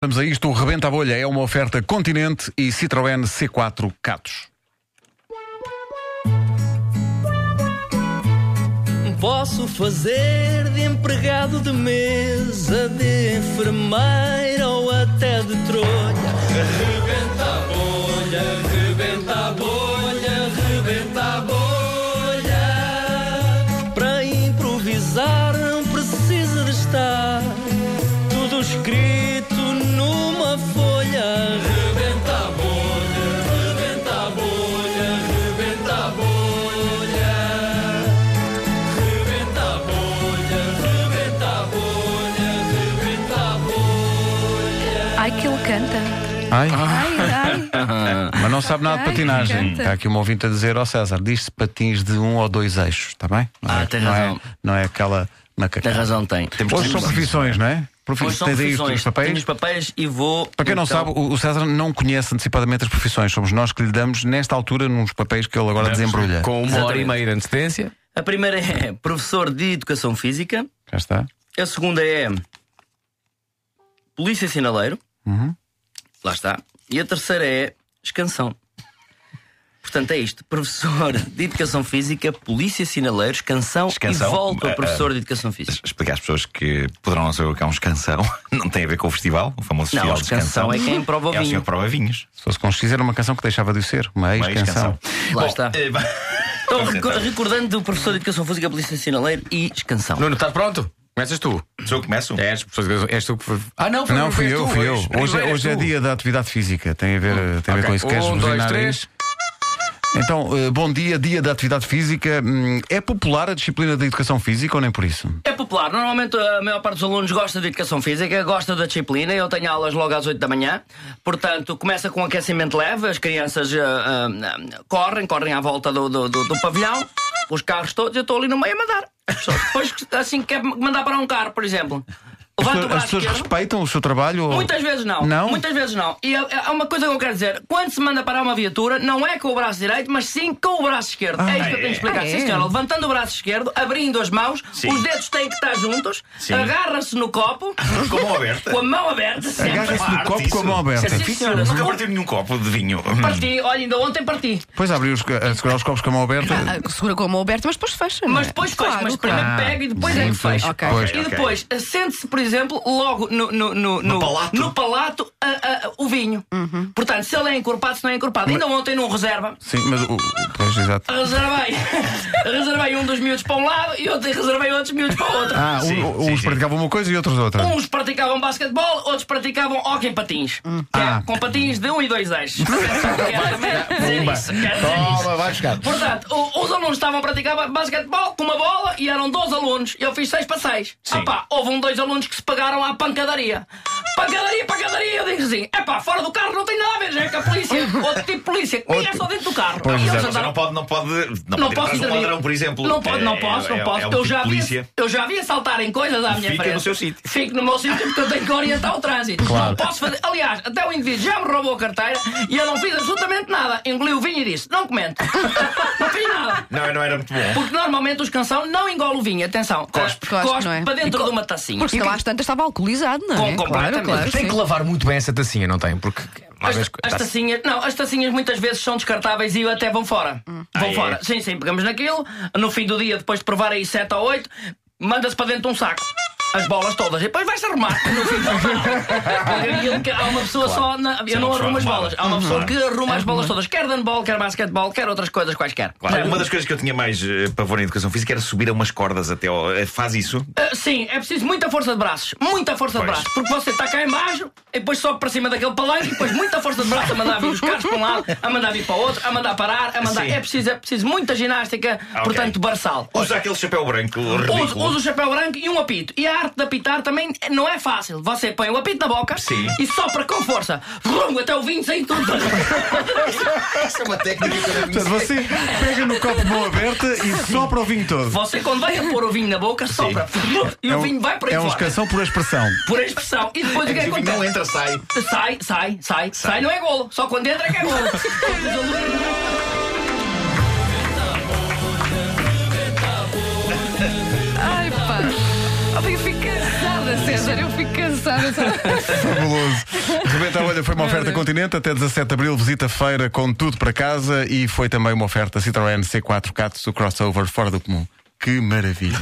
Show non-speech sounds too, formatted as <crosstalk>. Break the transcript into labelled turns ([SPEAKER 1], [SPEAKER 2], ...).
[SPEAKER 1] Vamos a isto, o Rebenta a Bolha é uma oferta Continente e Citroën C4 Catos.
[SPEAKER 2] Posso fazer de empregado de mesa, de enfermeira ou até de trolha. Rebenta a bolha, rebenta a bolha, rebenta a bolha. Para improvisar não precisa de estar tudo escrito numa folha. Rebenta a bolha, rebenta a bolha, rebenta a bolha. Rebenta a bolha, rebenta a bolha, rebenta a bolha.
[SPEAKER 3] Ai que ele canta.
[SPEAKER 1] Ai,
[SPEAKER 3] Ai, ai.
[SPEAKER 1] Ah, mas não sabe nada de
[SPEAKER 3] Ai,
[SPEAKER 1] patinagem.
[SPEAKER 3] canta.
[SPEAKER 1] Está aqui uma ouvinte a dizer, ó César, diz-se patins de um ou dois eixos, está bem? Não
[SPEAKER 4] Ah,
[SPEAKER 1] é,
[SPEAKER 4] tem
[SPEAKER 1] não
[SPEAKER 4] razão.
[SPEAKER 1] É, não é aquela
[SPEAKER 4] Tem
[SPEAKER 1] macacada.
[SPEAKER 4] razão, tem. Temos
[SPEAKER 1] Hoje são profissões, não é?
[SPEAKER 4] Hoje
[SPEAKER 1] Profissões.
[SPEAKER 4] são
[SPEAKER 1] Tens aí os,
[SPEAKER 4] profissões.
[SPEAKER 1] os papéis?
[SPEAKER 4] Tenho os papéis e vou.
[SPEAKER 1] Para quem não
[SPEAKER 4] então,
[SPEAKER 1] sabe, o o César não conhece antecipadamente as profissões. Somos nós que lhe damos, nesta altura, nos papéis que ele agora desembrulha.
[SPEAKER 5] Com uma hora e
[SPEAKER 4] Exatamente.
[SPEAKER 5] meia de antecedência.
[SPEAKER 4] A primeira é <laughs> professor de educação física.
[SPEAKER 1] Cá está.
[SPEAKER 4] A segunda é polícia sinaleiro. Lá está. E a terceira é escansão. Portanto, é isto. Professor de educação física, polícia sinaleiro, escansão,
[SPEAKER 6] Escansão.
[SPEAKER 4] e volto
[SPEAKER 6] Ah,
[SPEAKER 4] ao
[SPEAKER 6] ah.
[SPEAKER 4] professor de educação física.
[SPEAKER 6] explicar às pessoas que poderão não saber o que é um escansão. <laughs> Não tem a ver com o festival, o famoso
[SPEAKER 4] Não,
[SPEAKER 6] festival de
[SPEAKER 4] escansão
[SPEAKER 6] escansão.
[SPEAKER 4] é quem prova o
[SPEAKER 6] É o
[SPEAKER 4] vinho.
[SPEAKER 6] senhor que prova vinhos.
[SPEAKER 1] Se fosse com X, era uma canção que deixava de o ser. Uma
[SPEAKER 6] Uma
[SPEAKER 1] ex-canção.
[SPEAKER 6] ex-canção.
[SPEAKER 4] Lá
[SPEAKER 6] Bom,
[SPEAKER 4] está.
[SPEAKER 6] eh, vai-
[SPEAKER 4] Então, recu- recordando do professor de educação física, polícia sinaleiro e escansão.
[SPEAKER 5] Nuno, estás pronto? Começas tu.
[SPEAKER 6] Sou eu que começo?
[SPEAKER 4] É.
[SPEAKER 5] És, professor, és tu que. foi- Ah, não, foi
[SPEAKER 1] Não, fui
[SPEAKER 5] foi
[SPEAKER 1] eu,
[SPEAKER 5] tu,
[SPEAKER 1] fui eu.
[SPEAKER 5] és-
[SPEAKER 1] Hoje,
[SPEAKER 5] és
[SPEAKER 1] hoje é
[SPEAKER 5] tu.
[SPEAKER 1] dia da atividade física. Tem a ver, tem a ver
[SPEAKER 5] Ok,
[SPEAKER 1] com isso. Queres
[SPEAKER 5] Um, dois,
[SPEAKER 1] buzinar aí?
[SPEAKER 5] três.
[SPEAKER 1] Então, eh, bom dia, dia da atividade física. Hum, É popular a disciplina da educação física ou nem por isso?
[SPEAKER 4] É popular. Normalmente a maior parte dos alunos gosta de educação física, gosta da disciplina. Eu tenho aulas logo às 8 da manhã. Portanto, começa com aquecimento leve. As crianças ah, ah, ah, correm, correm à volta do, do- do- do pavilhão, os carros todos. Eu estou ali no meio a mandar. Só Depois, assim que quer mandar para um carro, por exemplo. Levanta o
[SPEAKER 1] As
[SPEAKER 4] braço
[SPEAKER 1] pessoas
[SPEAKER 4] esquerdo.
[SPEAKER 1] respeitam o seu trabalho? ou-
[SPEAKER 4] Muitas vezes não.
[SPEAKER 1] Não?
[SPEAKER 4] Muitas vezes não. E é é uma coisa que eu quero dizer: quando se manda parar uma viatura, não é com o braço direito, mas sim com o braço esquerdo. é isto que eu tenho de explicar.
[SPEAKER 3] Ah, é?
[SPEAKER 4] Sim, senhora. Levantando o braço esquerdo, abrindo as mãos, os dedos têm que estar juntos, agarra-se no copo,
[SPEAKER 6] Como aberta.
[SPEAKER 4] com a mão aberta, sempre.
[SPEAKER 1] Agarra-se no
[SPEAKER 6] Arte,
[SPEAKER 1] copo com a mão
[SPEAKER 6] isso.
[SPEAKER 1] aberta.
[SPEAKER 4] Sim, senhora.
[SPEAKER 6] Nunca partiu nenhum copo de vinho.
[SPEAKER 4] Parti, olha, ainda ontem parti.
[SPEAKER 1] Depois abrir os, eh, a segurar os copos com a mão aberta.
[SPEAKER 3] Ah, Segura com a mão aberta, mas depois fecha. não
[SPEAKER 4] Mas
[SPEAKER 3] é?
[SPEAKER 4] depois
[SPEAKER 3] Claro,
[SPEAKER 4] fecha, mas
[SPEAKER 3] claro.
[SPEAKER 4] primeiro pega e depois é que
[SPEAKER 1] muito
[SPEAKER 4] fecha.
[SPEAKER 3] Ok.
[SPEAKER 1] Pois.
[SPEAKER 4] E
[SPEAKER 6] Ok.
[SPEAKER 4] depois, sente-se, por exemplo, logo no, no, no, no-
[SPEAKER 6] palato.
[SPEAKER 4] no palato, a- a- o vinho.
[SPEAKER 3] Uhum.
[SPEAKER 4] Portanto, se ele é encorpado, se não é encorpado. Ainda ontem num reserva,
[SPEAKER 1] Sim, mas o. o- Pois, exato.
[SPEAKER 4] Reservei. <laughs> reservei um dos miúdos para um lado e outro reservei outros miúdos para o outro.
[SPEAKER 1] Ah, um-
[SPEAKER 6] Sim, sim,
[SPEAKER 1] uns
[SPEAKER 6] sim.
[SPEAKER 1] praticavam uma coisa e outros outra.
[SPEAKER 4] Uns praticavam basquetebol, outros praticavam hockey em patins. Que é
[SPEAKER 1] Ah.
[SPEAKER 4] com patins de um e dois eixos. é Quer dizer- dizer isso, quer dizer isso.
[SPEAKER 5] vai buscar.
[SPEAKER 4] Portanto, o- os alunos estavam a praticar basquetebol com uma bola e eram 12 alunos. Eu fiz 6 para 6.
[SPEAKER 6] Sim.
[SPEAKER 4] Epá, houve um dois alunos que se pagaram à pancadaria. Pancadaria, pancadaria. Eu digo assim: epá, fora do carro não tem nada a ver. Já é que a polícia, outro tipo de polícia, que é só dentro do carro.
[SPEAKER 1] Pois,
[SPEAKER 4] E eles
[SPEAKER 1] exato.
[SPEAKER 6] Mas eu
[SPEAKER 4] andaram-
[SPEAKER 6] não pode, não pode. Não,
[SPEAKER 4] Não
[SPEAKER 6] pode
[SPEAKER 4] posso
[SPEAKER 6] entrar
[SPEAKER 4] intervir.
[SPEAKER 6] ladrão, por exemplo.
[SPEAKER 4] Não posso, não
[SPEAKER 6] É-
[SPEAKER 4] posso,
[SPEAKER 6] é-
[SPEAKER 4] não posso.
[SPEAKER 6] é
[SPEAKER 4] eu,
[SPEAKER 6] um tipo
[SPEAKER 4] já vi,
[SPEAKER 6] de polícia.
[SPEAKER 4] eu já vi assaltarem coisas à minha
[SPEAKER 6] Fica
[SPEAKER 4] frente.
[SPEAKER 6] no seu sítio.
[SPEAKER 4] Fico no meu sítio porque eu tenho que orientar o trânsito. Não posso fazer. Aliás, até o indivíduo já me roubou a carteira e eu não fiz absolutamente nada. Engoli o vinho e disse: não comento. <laughs> não fiz nada.
[SPEAKER 6] Não, não era muito bom.
[SPEAKER 4] Porque normalmente os canção não engolem o vinho. Atenção, cospe,
[SPEAKER 3] Cospe, não é?
[SPEAKER 4] para dentro de uma tacinha.
[SPEAKER 3] Porque se calhar às tantas estava alcoolizado, não é?
[SPEAKER 4] Com- completamente.
[SPEAKER 3] claro, claro.
[SPEAKER 5] Tem
[SPEAKER 3] sim.
[SPEAKER 5] que lavar muito bem essa tacinha, não tem? Porque. uma
[SPEAKER 4] As,
[SPEAKER 5] vez-
[SPEAKER 4] as tacinhas, não, as tacinhas muitas vezes são descartáveis e até vão fora. Vão
[SPEAKER 6] Ah, é?
[SPEAKER 4] fora. Sim, sim, pegamos naquilo, no fim do dia, depois de provar aí 7 ou 8, manda-se para dentro de um saco. As bolas todas, e depois vai-se arrumar <laughs> no fim do dia. Porque Há uma pessoa só. na- eu
[SPEAKER 6] Sim,
[SPEAKER 4] não
[SPEAKER 6] uma
[SPEAKER 4] arrumo as
[SPEAKER 6] pessoa arrumada.
[SPEAKER 4] bolas. Há uma pessoa que arruma as bolas todas, quer de handball, quer basquetebol, quer outras coisas quaisquer.
[SPEAKER 6] Claro, uma das coisas que eu tinha mais eh, pavor em educação física era subir a umas cordas até ao. eh, Faz isso?
[SPEAKER 4] Ah, sim, é preciso muita força de braços. Muita força de
[SPEAKER 6] Pois.
[SPEAKER 4] braços. Porque você está cá embaixo, e depois sobe para cima daquele palanque, e depois muita força de braço a mandar vir os carros para um lado, a mandar vir para o outro, a mandar parar, a mandar.
[SPEAKER 6] Sim.
[SPEAKER 4] É preciso, é preciso muita ginástica,
[SPEAKER 6] Ah, ok.
[SPEAKER 4] portanto, barçal.
[SPEAKER 6] Usa aquele chapéu branco
[SPEAKER 4] Usa,
[SPEAKER 6] ridículo.
[SPEAKER 4] usa o chapéu branco e um apito. E a arte de apitar também não é fácil. Você põe o apito na boca
[SPEAKER 6] Sim.
[SPEAKER 4] e sopra com força. Vrum, até o vinho sair tudo.
[SPEAKER 6] Essa é uma técnica que eu não
[SPEAKER 1] Portanto, você pega no copo mão aberta e sopra o vinho todo.
[SPEAKER 4] Você, quando vai a pôr o vinho na boca, sopra. Vrum, E
[SPEAKER 1] É
[SPEAKER 4] o
[SPEAKER 1] um-
[SPEAKER 4] vinho vai para aí
[SPEAKER 1] É uma
[SPEAKER 4] fora.
[SPEAKER 1] escassão por expressão.
[SPEAKER 4] Por expressão. E depois o que é que
[SPEAKER 6] conhecia.
[SPEAKER 4] acontece?
[SPEAKER 6] Não entra, sai.
[SPEAKER 4] Sai, sai, sai, sai, não é golo. Só quando entra é que é golo. <laughs>
[SPEAKER 3] Ai, pá. Oh, Eu fico cansada. César, eu fico cansada.
[SPEAKER 1] Fabuloso. Rebenta a bolha foi uma oferta Continente. Até 17 de abril, visita feira com tudo para casa e foi também uma oferta Citroën C4 Cats, o crossover fora do comum. Que maravilha.